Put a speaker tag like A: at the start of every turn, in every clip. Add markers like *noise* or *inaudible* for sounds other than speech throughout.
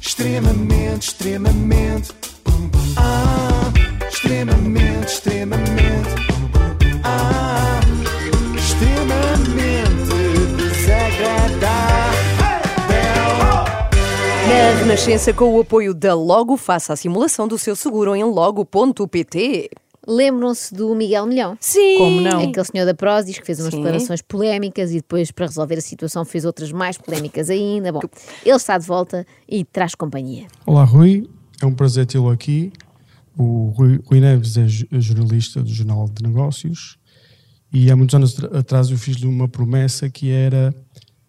A: Extremamente, extremamente. Ah, extremamente, extremamente. Ah, extremamente desagradável.
B: Na Renascença, com o apoio da Logo, faça a simulação do seu seguro em logo.pt.
C: Lembram-se do Miguel Milhão?
B: Sim! Como não?
C: Aquele senhor da Prozis É que fez umas
B: Sim.
C: declarações polémicas e depois, para resolver a situação, fez outras mais polémicas ainda. Bom, ele está de volta e traz companhia.
D: Olá, Rui. É um prazer tê-lo aqui. O Rui, Rui Neves é ju- é jornalista do Jornal de Negócios e há muitos anos tra- atrás eu fiz-lhe uma promessa que era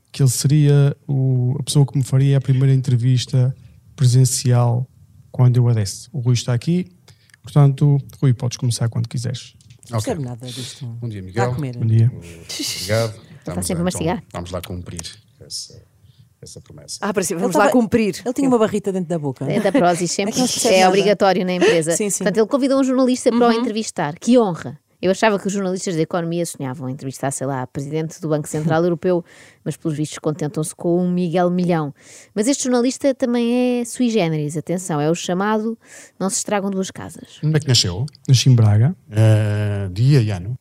D: que ele seria o- a pessoa que me faria a primeira entrevista presencial quando eu a desse. O Rui está aqui, portanto, Rui, podes começar quando quiseres.
B: Não percebo nada disto.
E: Bom dia, Miguel.
B: Está a comer.
D: Bom dia.
E: Obrigado. Estamos
C: sempre a
E: lá,
C: mastigar.
E: então, vamos lá cumprir essa, essa promessa.
B: Ah, parece, vamos
F: Ele
B: lá
F: tava-
B: cumprir.
F: Ele tinha uma barrita dentro da boca.
C: É da Prozis, sempre
F: É que não se percebe
C: é
F: nada.
C: obrigatório na empresa.
F: Sim, sim.
C: Portanto, ele convidou um jornalista para o entrevistar. Que honra! Eu achava que os jornalistas da economia sonhavam em entrevistar, sei lá, a presidente do Banco Central Europeu, mas pelos vistos contentam-se com um Miguel Milhão. Mas este jornalista também é sui generis, atenção, é o chamado Não se estragam duas casas.
E: Onde é que nasceu?
D: Nasci em Braga.
E: Eh, dia e ano.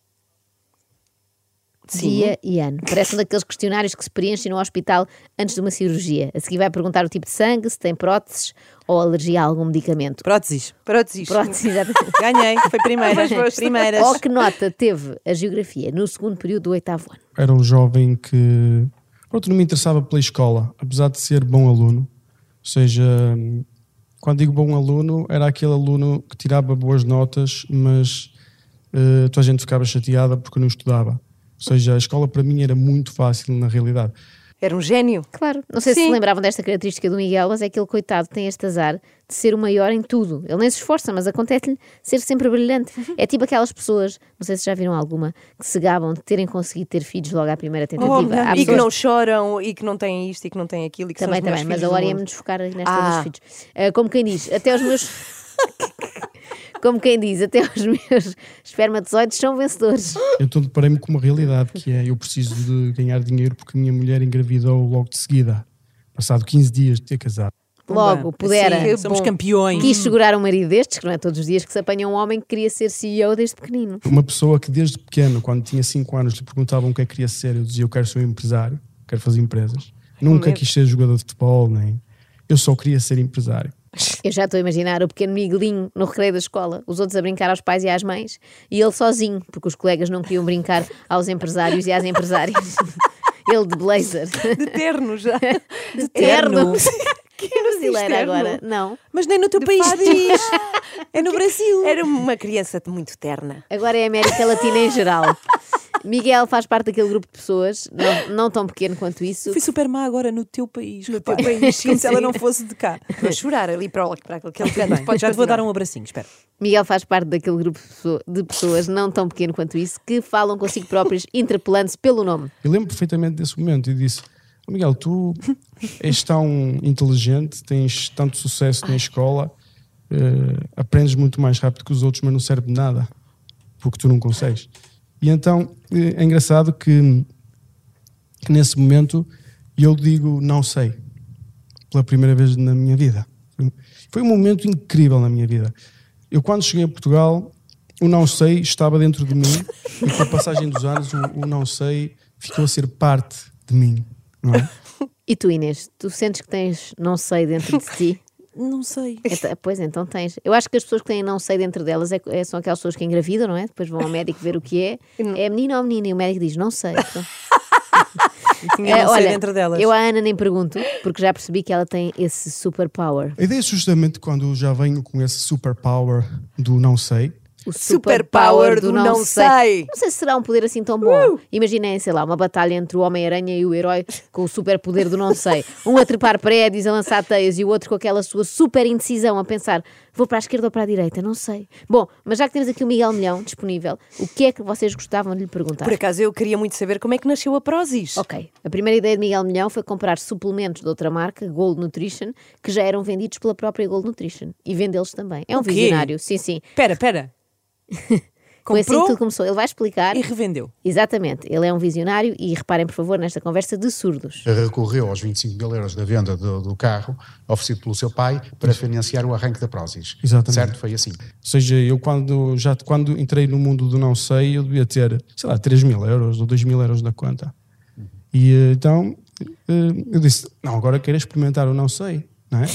C: Dia e ano. Parece um daqueles questionários que se preenchem no hospital antes de uma cirurgia. A seguir vai perguntar o tipo de sangue, se tem próteses ou alergia a algum medicamento.
F: Próteses.
B: Próteses.
C: Próteses, *laughs* exatamente.
F: Ganhei, foi primeiras. primeiras.
C: Ou que nota teve a geografia no segundo período do oitavo ano?
D: era um jovem que pronto, não me interessava pela escola, apesar de ser bom aluno. Ou seja, quando digo bom aluno, era aquele aluno que tirava boas notas, mas eh, toda a gente ficava chateada porque não estudava. Ou seja, a escola para mim era muito fácil na realidade.
B: Era um gênio.
C: Claro. Não sei se se
B: Sim.
C: lembravam desta característica do Miguel, mas é que ele, coitado, tem este azar de ser o maior em tudo. Ele nem se esforça, mas acontece-lhe ser sempre brilhante. É tipo aquelas pessoas, não sei se já viram alguma, que se gabam de terem conseguido ter filhos logo à primeira tentativa. Há
B: Oh, e que
C: pessoas-
B: não choram, e que não têm isto, e que não têm aquilo, e que
C: Também,
B: são os
C: também,
B: melhores
C: mas é agora
B: filhos do
C: ia-me desfocar nesta
B: Ah.
C: dos filhos. Ah, como quem diz, até os meus.
B: *laughs*
C: como quem diz, até os meus espermatozoides são vencedores.
D: Então deparei-me com uma realidade que é eu preciso de ganhar dinheiro porque a minha mulher engravidou logo de seguida, passado 15 dias de ter casado.
C: Logo,
B: Assim,
C: pudera.
B: Sim,
F: Somos
B: Bom.
F: campeões.
C: Quis segurar um marido destes, que não é todos os dias que se apanha um homem que queria ser CEO desde pequenino.
D: Uma pessoa que desde pequeno, quando tinha 5 anos, lhe perguntavam o que é que queria ser, eu dizia eu quero ser um empresário, quero fazer empresas. Nunca quis ser jogador de futebol, nem. Eu só queria ser empresário.
C: Eu já estou a imaginar o pequeno Miguelinho no recreio da escola, os outros a brincar aos pais e às mães, e ele sozinho, porque os colegas não queriam brincar aos empresários e
B: *laughs*
C: às empresárias. Ele de blazer.
B: De terno já.
C: De
B: *laughs*
F: terno.
C: Que brasileira
B: é terno?
C: agora? Não.
F: Mas nem no teu país
B: *laughs*
F: diz. É no Brasil.
B: Era uma criança muito terna.
C: Agora é a América Latina em geral. Miguel faz parte daquele grupo de pessoas, não, não tão pequeno quanto isso,
F: Fui super má agora no teu país. No
B: teu país,
F: *laughs* Como
B: sim,
F: se ela
B: sim.
F: não fosse de cá.
B: Vou chorar ali para, o- para aquele canto.
F: Bem,
B: Podes
F: já te vou
B: continuar.
F: dar um abracinho, espera.
C: Miguel faz parte daquele grupo de pesso- de pessoas, não tão pequeno quanto isso, que falam consigo próprios, interpelando-se pelo nome.
D: Eu lembro perfeitamente desse momento e disse: "Oh, Miguel, tu és tão inteligente, tens tanto sucesso na escola, eh, aprendes muito mais rápido que os outros, mas não serve de nada, porque tu não consegues. E então eh, é engraçado que, que nesse momento eu digo: não sei, pela primeira vez na minha vida. Foi um momento incrível na minha vida. Eu, quando cheguei a Portugal, o não sei estava dentro de mim e, com a passagem dos anos, o, o não sei ficou a ser parte de mim. Não é?
C: E tu, Inês, tu sentes que tens não sei dentro de ti?
F: Não
B: *laughs*
F: sei.
C: Então- pois então tens. Eu acho que as pessoas que têm não sei dentro delas é- é- são aquelas pessoas que engravidam, não é? Depois vão ao médico ver o que é. É menino ou menina? E o médico diz, não sei. Então,
F: Tinha
C: é,
F: não sei
C: olha,
F: dentro delas.
C: eu à Ana nem pergunto, porque já percebi que ela tem esse superpower.
D: A ideia é justamente quando eu já venho com esse superpower do não sei.
C: O
B: Superpower do não sei.
C: Não sei se será um poder assim tão bom. Imaginem, sei lá, uma batalha entre o Homem-Aranha e o herói com o superpoder do não sei. Um a trepar prédios, a lançar teias e o outro com aquela sua super indecisão a pensar: vou para a esquerda ou para a direita? Não sei. Bom, mas já que temos aqui o Miguel Milhão disponível, o que é que vocês gostavam de lhe perguntar?
B: Por acaso eu queria muito saber como é que nasceu a Prozis.
C: Ok, a primeira ideia de Miguel Milhão foi comprar suplementos de outra marca, Gold Nutrition, que já eram vendidos pela própria Gold Nutrition e vendê-los também. É um
F: O quê? *laughs*
C: visionário, sim, sim.
F: Espera, espera.
C: Foi assim que
F: Comprou
C: tudo começou. Ele vai explicar.
F: e revendeu.
C: Exatamente, ele é um visionário e reparem, por favor, nesta conversa de surdos.
E: Recorreu aos 25 mil euros da venda do, do carro oferecido pelo seu pai para financiar o arranque da Prozis.
D: Exatamente.
E: Certo? Foi assim.
D: Ou seja, eu quando, já, quando entrei no mundo do não sei, eu devia ter, sei lá, 3 mil euros ou 2 mil euros na conta. E eh, então eh, eu disse: Não, agora quero experimentar o não sei, não é?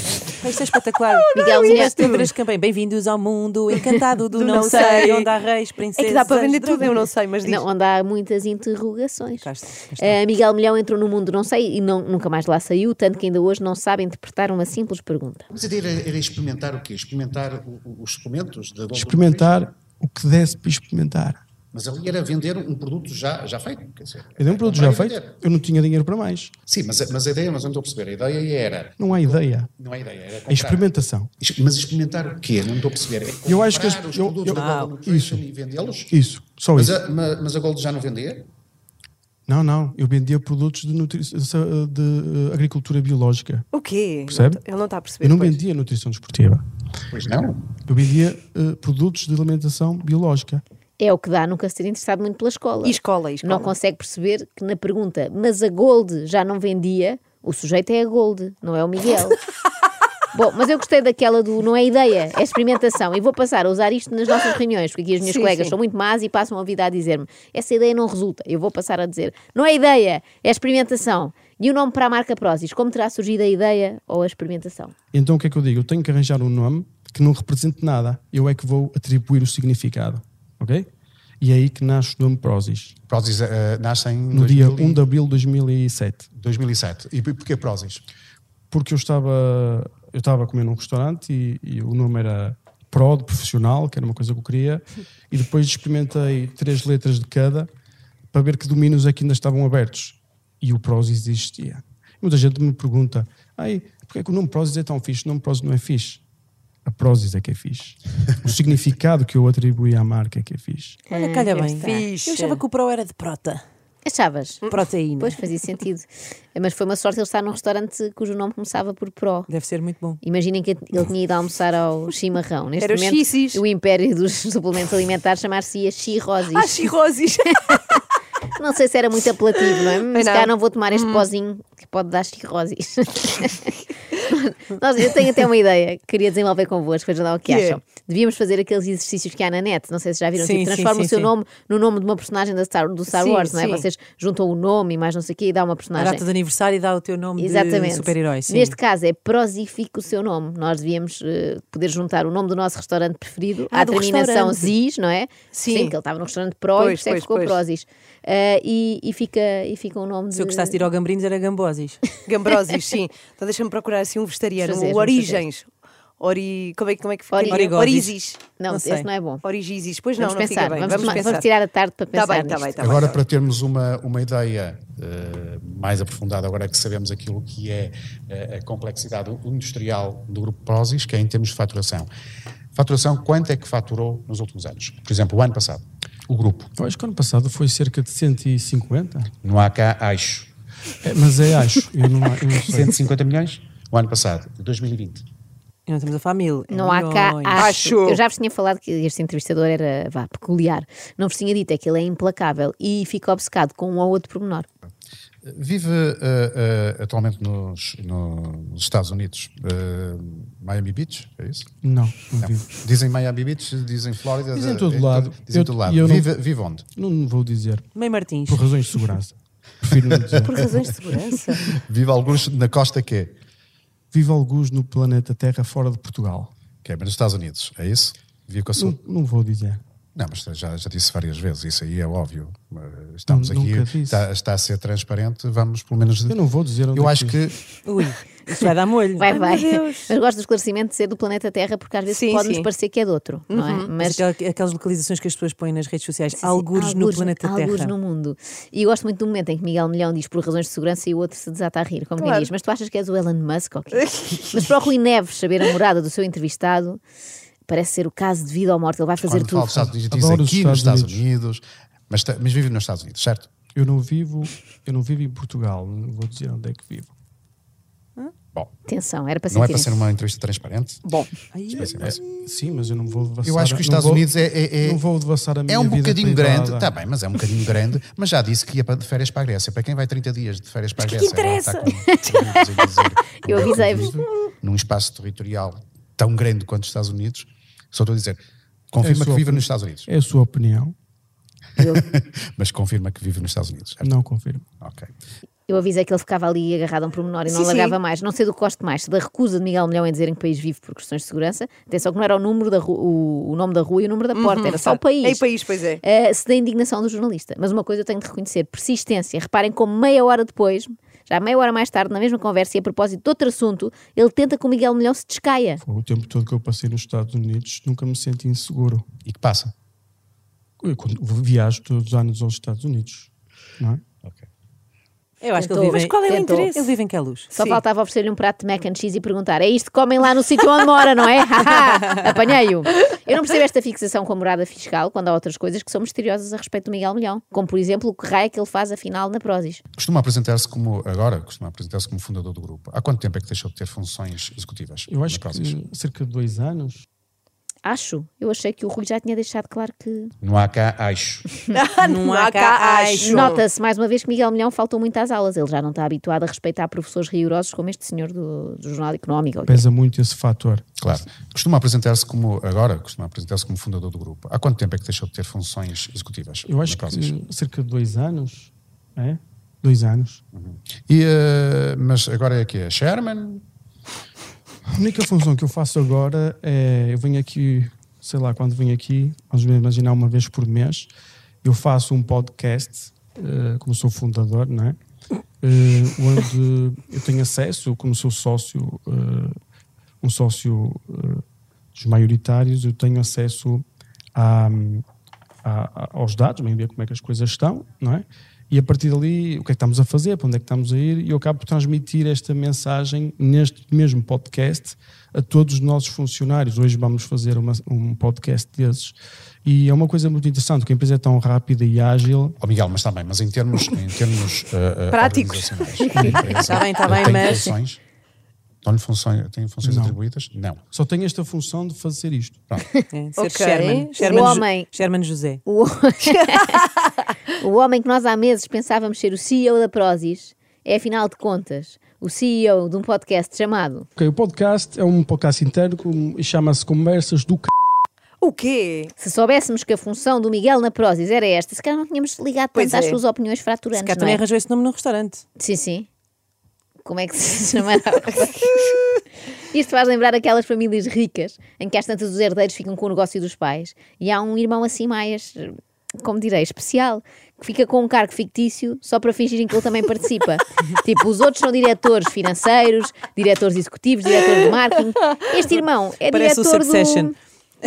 F: Ah, Isto é
B: *laughs*
F: espetacular. Miguel
C: Miguel Zé.
F: Inês Pedras Campanha. Bem-vindos ao mundo encantado
B: *laughs*
F: do, não, sei. onde há reis,
B: É
F: princesas.
B: que dá para vender tudo, eu não sei, mas diz.
C: Não, onde há muitas interrogações.
F: Cá está, cá está.
C: Eh, Miguel Milhão entrou no mundo, não sei, e não- nunca mais lá saiu, tanto que ainda hoje não sabe interpretar uma simples pergunta.
E: Mas era, era experimentar o quê? Experimentar o- o- os suplementos? Da Dolce
D: Experimentar o que desse para experimentar.
E: Mas ali era vender um produto já, já feito. Quer dizer, é
D: Eu dei um produto já
E: comprar e
D: feito,
E: vender.
D: eu não tinha dinheiro para mais.
E: Sim, mas, a- mas a ideia, mas não estou a perceber. A ideia era.
D: Não há ideia.
E: Não é ideia, era comprar.
D: É experimentação.
E: Ex- Mas experimentar o quê? Não estou a perceber. É
D: Eu acho que as-
E: comprar os
D: eu-
E: produtos
D: eu-
E: da
D: Ah,
E: Gold Nutrition
D: isso.
E: e vendê-los?
D: Isso, só
E: Mas
D: isso.
E: a, ma- mas a Gold já não vendia?
D: Não, não, eu vendia produtos de, nutri... de eh, agricultura biológica.
B: O quê?
D: Percebe?
B: Ele não está a perceber.
D: Eu não
B: pois.
D: vendia nutrição desportiva.
E: Pois não.
D: Eu vendia eh, produtos de alimentação biológica.
C: É o que dá nunca se ter interessado muito pela escola.
B: E escola, e escola.
C: Não consegue perceber que na pergunta, mas a Gold já não vendia, o sujeito é a Gold, não é
B: *laughs*
C: o Miguel. Bom, mas eu gostei daquela do não é ideia, é experimentação. E vou passar a usar isto nas nossas reuniões, porque aqui as minhas
B: Sim,
C: colegas
B: sim.
C: são muito más e passam a vida a dizer-me essa ideia não resulta. Eu vou passar a dizer não é ideia, é experimentação. E o nome para a marca Prozis, como terá surgido a ideia ou a experimentação?
D: Então o que é que eu digo? Eu tenho que arranjar um nome que não represente nada. Eu é que vou atribuir o significado. Ok? E é aí que nasce o nome Prozis.
E: Prozis eh, nasce em
D: No dia
E: 2000 e-
D: 1 de abril de 2007.
E: 2007. E por- porquê Prozis?
D: Porque eu estava, eu estava a comer num restaurante e, e o nome era Pro, de profissional, que era uma coisa que eu queria. E depois experimentei três letras de cada para ver que domínios é que ainda estavam abertos. E o Prozis existia. Muita gente me pergunta, Ai, porque é que o nome Prozis é tão fixe? O nome Prozis não é fixe. A Prozis é que é fixe. O significado que eu atribuí à marca é que é fixe.
F: Olha, calha
C: Ah,
F: bem.
C: cá
B: está.
F: Eu achava que o Pro era de prota.
C: está. Achavas?
B: Hum.
F: Proteína.
C: Pois fazia sentido. Mas foi uma sorte ele estar num restaurante cujo nome começava por Pro.
F: Deve ser muito bom.
C: Imaginem que ele tinha ido almoçar ao chimarrão. Neste
B: Era os
C: momento,
B: xixis.
C: o império dos suplementos alimentares chamar-se-ia chirrosis.
B: Ah, cirroses.
C: Não sei se era muito apelativo, não é? Mas
B: não.
C: cá não vou tomar este
F: Hum.
C: pozinho que pode dar *laughs* cirroses. Nós, eu tenho até uma ideia que queria desenvolver convosco, vejam lá o
F: Que
C: que
F: é?
C: acham. Devíamos fazer aqueles exercícios que há na net, não sei se já viram,
F: Sim,
C: tipo,
F: sim,
C: transforma
F: sim,
C: o seu
F: sim.
C: nome no nome de uma personagem da Star, do Star
F: Sim,
C: Wars, não é?
F: sim.
C: Vocês juntam o nome e mais não sei o quê e dá uma
F: Na
C: personagem.
F: data de aniversário dá o teu nome de super-herói. sim.
C: Neste caso é prosifica o seu nome. Nós devíamos eh, poder juntar o nome do nosso restaurante preferido
B: Ah,
C: à
B: do
C: terminação
B: restaurante.
C: Zis, não é?
B: Sim.
C: que ele estava no restaurante Pro e
B: Pois,
C: por isso é que
B: pois,
C: ficou
B: pois.
C: Prozis. Eh, e, e fica, e fica o nome
F: Se eu
C: de...
F: gostasse de ir ao Gambrinos era
B: *laughs*
F: Gambosis.
B: Gambrosis, sim. Então deixa-me procurar assim um vegetariano.
C: Fazer,
B: o
C: vamos
B: Origens. Ori... Como, é, que- como é que
C: Ori-
B: ficaria?
F: Origósis.
B: Orizis.
C: Não,
F: Não
C: esse
F: sei.
C: não é bom.
B: Origizis. Pois não,
C: Vamos
B: não
C: pensar,
B: fica bem.
C: vamos,
B: Vamos,
C: tomar-
B: pensar.
C: vamos tirar a tarde para pensar
B: Está bem, está
C: nisto.
B: bem,
D: Tá
B: está
E: agora,
B: bem.
E: para termos uma, uma ideia eh, mais aprofundada, agora que sabemos aquilo que é eh, a complexidade industrial do grupo Prozis, que é em termos de faturação. Faturação, quanto é que faturou nos últimos anos? Por exemplo, o ano passado, o grupo.
D: Eu acho que ano passado foi cerca de 150.
E: Não há cá, acho.
D: É, mas é acho. Eu não, eu não sei.
E: 150 milhões? O ano passado, 2020.
F: E não temos a família.
C: Não há cá,
F: Milhões.
C: acho.
B: Acho.
C: Eu já vos tinha falado que este entrevistador era vá, peculiar. Não vos tinha dito, é que ele é implacável e fica obcecado com um ou outro pormenor.
E: Vive eh, eh, atualmente nos, no- nos Estados Unidos, eh, Miami Beach, é isso?
D: Não, não vi.
E: Dizem Miami Beach, dizem Flórida.
D: Dizem
E: eh,
D: todo
E: eh,
D: lado.
E: Dizem
D: Eu-
E: todo lado.
D: e eu não-
E: Vive, vive onde?
D: Não vou dizer.
F: Mãe Martins.
D: Por razões de segurança. Prefiro não dizer.
B: Por razões de segurança.
E: Vive alguns na costa é, quê?
D: Vive alguns no planeta Terra fora de Portugal.
E: Que é, mas nos Estados Unidos, é isso? Vive com a sua...
D: Não, não vou dizer.
E: Não, mas já, já disse várias vezes, isso aí é óbvio. Eh, Estamos
D: Nunca
E: aqui,
D: disse.
E: está, está a ser transparente, vamos pelo menos...
D: Eu não vou dizer onde
E: Eu
D: é
E: acho que
F: Ui, isso vai dar molho.
C: Vai,
F: Ai,
C: vai.
F: meu Deus.
C: *laughs* Mas gosto do esclarecimento de ser do planeta Terra, porque às vezes
B: Sim,
C: pode-nos
B: sim. Uhum.
C: parecer que é de outro, não é?
F: Mas
C: Mas
F: aquel- aquelas localizações que as pessoas põem nas redes sociais,
C: Sim,
F: algures, no planeta
C: algures
F: Terra.
C: no mundo. E eu gosto muito do momento em que Miguel Milhão diz por razões de segurança e o outro se desata a rir, como quem
B: Claro.
C: diz, mas tu achas que és o Elon Musk ou quê? *laughs* Mas para o Rui Neves saber a morada do seu entrevistado, parece ser o caso de vida ou morte, ele vai fazer
E: quando
C: tudo.
E: falo dos Estados Unidos,
D: Adoro
E: diz
D: os
E: aqui nos
D: Estados
E: Estados Unidos, mas, está- mas vive nos Estados Unidos, certo?
D: Eu não vivo, eu não vivo em Portugal. Não vou dizer onde é que vivo.
E: Bom,
C: Atenção, era para
E: não é
C: sentir
E: para
C: isso.
E: ser uma entrevista transparente.
B: Bom,
F: Ai,
E: Vai ser essa.
D: Sim, mas eu não vou devassar.
E: Eu acho que os
D: não
E: Estados
D: vou-
E: Unidos é, é- é-
D: Não vou devassar a minha
E: é um
D: vida
E: bocadinho
D: privada.
E: grande, está bem, mas é um bocadinho grande. Mas já disse que ia para- de férias para a Grécia. Para quem vai 30 dias de férias para a
F: Mas
E: Grécia,
F: que
E: agora está com- com- com- dizer-
F: *laughs*
C: Eu avisei-vos.
E: num espaço territorial tão grande quanto os Estados Unidos, só estou a dizer, confirma
D: É
E: que
D: sua
E: vive
D: opinião.
E: nos Estados Unidos.
D: É a sua opinião.
E: *laughs* Mas confirma que vive nos Estados Unidos. certo?
D: Não confirmo.
E: Ok.
C: Eu avisei que ele ficava ali agarrado a um pormenor e não
B: Sim,
C: largava
B: sim.
C: mais. Não sei do que gosto mais. Da recusa de Miguel Milhão em dizer em que país vive por questões de segurança. Atenção que não era o, número da ru- o, o nome da rua e o número da
B: Uhum.
C: porta, era só o país.
B: Ei, país, pois é.
C: Uh, se da indignação do jornalista. Mas uma coisa eu tenho de reconhecer: persistência. Reparem como meia hora depois, já meia hora mais tarde, na mesma conversa e a propósito de outro assunto, ele tenta que o Miguel Milhão se descaia.
D: Foi O tempo todo que eu passei nos Estados Unidos, nunca me senti inseguro.
E: E que passa?
D: Eu quando viajo todos os anos aos Estados Unidos. Não é?
E: Ok.
F: Eu acho que ele
C: Tentou.
F: vive. em-
C: Mas qual é o
F: Tentou.
C: interesse?
F: Ele vive em que é luz?
C: Só
B: Sim.
C: faltava oferecer-lhe um prato de mac and cheese e perguntar: é isto que comem lá no sítio onde mora, não é? *laughs* Haha, Apanhei-o. Eu não percebo esta fixação com a morada fiscal quando há outras coisas que são misteriosas a respeito do Miguel Milhão, como por exemplo o que raio é que ele faz afinal na Prozis.
E: Costuma apresentar-se como, agora, costuma apresentar-se como fundador do grupo. Há quanto tempo é que deixou de ter funções executivas?
D: Eu acho que
E: na Prozis?
D: há cerca de dois anos.
C: Acho, eu achei que o Rui já tinha deixado claro que.
E: Não há cá, acho.
F: Não há cá acho.
C: Nota-se mais uma vez que Miguel Milhão faltou muito às aulas, ele já não está habituado a respeitar professores rigorosos como este senhor do, do Jornal Económico. ou o quê?
D: Pesa muito esse fator.
E: Claro. Costuma apresentar-se como, agora, costuma apresentar-se como fundador do grupo. Há quanto tempo é que deixou de ter funções executivas?
D: Eu acho
E: na
D: que
E: Prozis?
D: há cerca de dois anos. É? Dois anos.
E: E, eh, mas agora é que é chairman?
D: A única função que eu faço agora é. Eu venho aqui, sei lá, quando venho aqui, vamos imaginar uma vez por mês, eu faço um podcast, eh, como sou fundador, não é? Eh, onde eu tenho acesso, como sou sócio, eh, um sócio eh, dos maioritários, eu tenho acesso a, a- a- aos dados, bem ver como é que as coisas estão, não é? E a partir dali, o que é que estamos a fazer, para onde é que estamos a ir, e eu acabo por transmitir esta mensagem neste mesmo podcast a todos os nossos funcionários. Hoje vamos fazer uma- um podcast desses. E é uma coisa muito interessante, porque a empresa é tão rápida e ágil.
E: Oh, Miguel, mas está bem, mas em termos, em termos eh, eh,
B: Práticos.
E: organizacionais da empresa,
F: Está bem, está bem,
E: tem
F: mas-
E: Funções, tem funções, tem funções
D: Não.
E: atribuídas? Não.
D: Só tem esta função de fazer isto.
F: É, ser
B: Ok.
F: Sherman.
B: O
F: Sherman, Jo-
C: homem-
F: Sherman José.
C: O... *laughs* o homem que nós há meses pensávamos ser o CEO da Prozis é, afinal de contas, o CEO de um podcast chamado
D: Ok, o podcast é um podcast interno com- e chama-se Conversas do C.
B: O quê?
C: Se soubéssemos que a função do Miguel na Prozis era esta, se calhar não tínhamos ligado
B: Pois
C: tanto às
B: é.
C: suas opiniões
F: Se
C: fraturantes.
F: calhar
C: não
F: também
C: é?
F: arranjou esse nome no restaurante.
C: Sim, sim. Como é que *laughs* se chamará? Isto faz lembrar aquelas famílias ricas em que às tantas os herdeiros ficam com o negócio dos pais e há um irmão assim mais, como direi, especial, que fica com um cargo fictício só para fingirem que ele
F: *laughs*
C: também participa. tipo, os outros são diretores financeiros, diretores executivos, diretores de marketing. Este irmão é
F: Parece o
C: diretor
F: Succession.
C: do...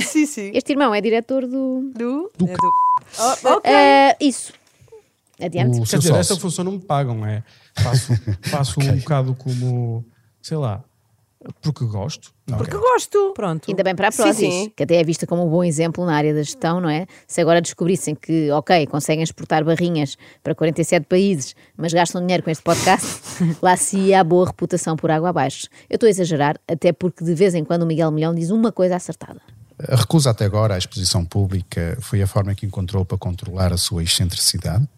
B: Sim, sim.
C: Este irmão é diretor do...
B: Do... Oh,
D: Do
F: É
D: c...
F: do-
C: Ah, isso. Adiante.
E: O
D: Quer
E: seu
D: dizer,
E: sócio.
D: essa função não me pagam, é. Faço, faço um bocado como, sei lá, porque gosto. não é?
B: Que gosto.
F: Pronto.
C: Ainda bem para a
B: Sim,
C: Prozis,
B: sim.
C: que até é vista como um bom exemplo na área da gestão, não é? Se agora descobrissem que, ok, conseguem exportar barrinhas para 47 países, mas gastam dinheiro com este podcast, *laughs* lá se ia a boa reputação por água abaixo. Eu estou a exagerar, até porque de vez em quando o Miguel Milhão diz uma coisa acertada.
E: A recusa até agora à exposição pública foi a forma que encontrou para controlar a sua excentricidade?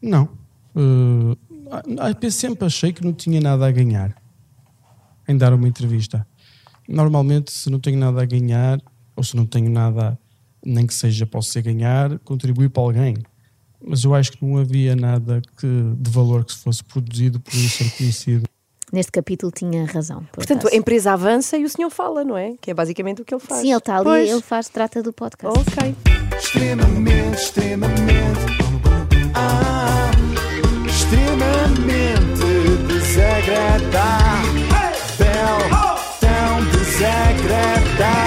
D: Não. Uh, a- a- sempre achei que não tinha nada a ganhar em dar uma entrevista. Normalmente, se não tenho nada a ganhar, ou se não tenho nada, nem que seja posso ser ganhar, contribuir para alguém. Mas eu acho que não havia nada que, de valor que se fosse produzido por um ser conhecido.
C: Neste capítulo tinha razão. por
B: Portanto, a
C: acaso.
B: empresa avança e o senhor fala, não é? Que é basicamente o que ele faz.
C: Sim, ele está ali,
B: Pois.
C: ele faz, trata do podcast.
B: Ok.
A: extremamente, extremamente, ah, extremamente desagradável, tão desagradável.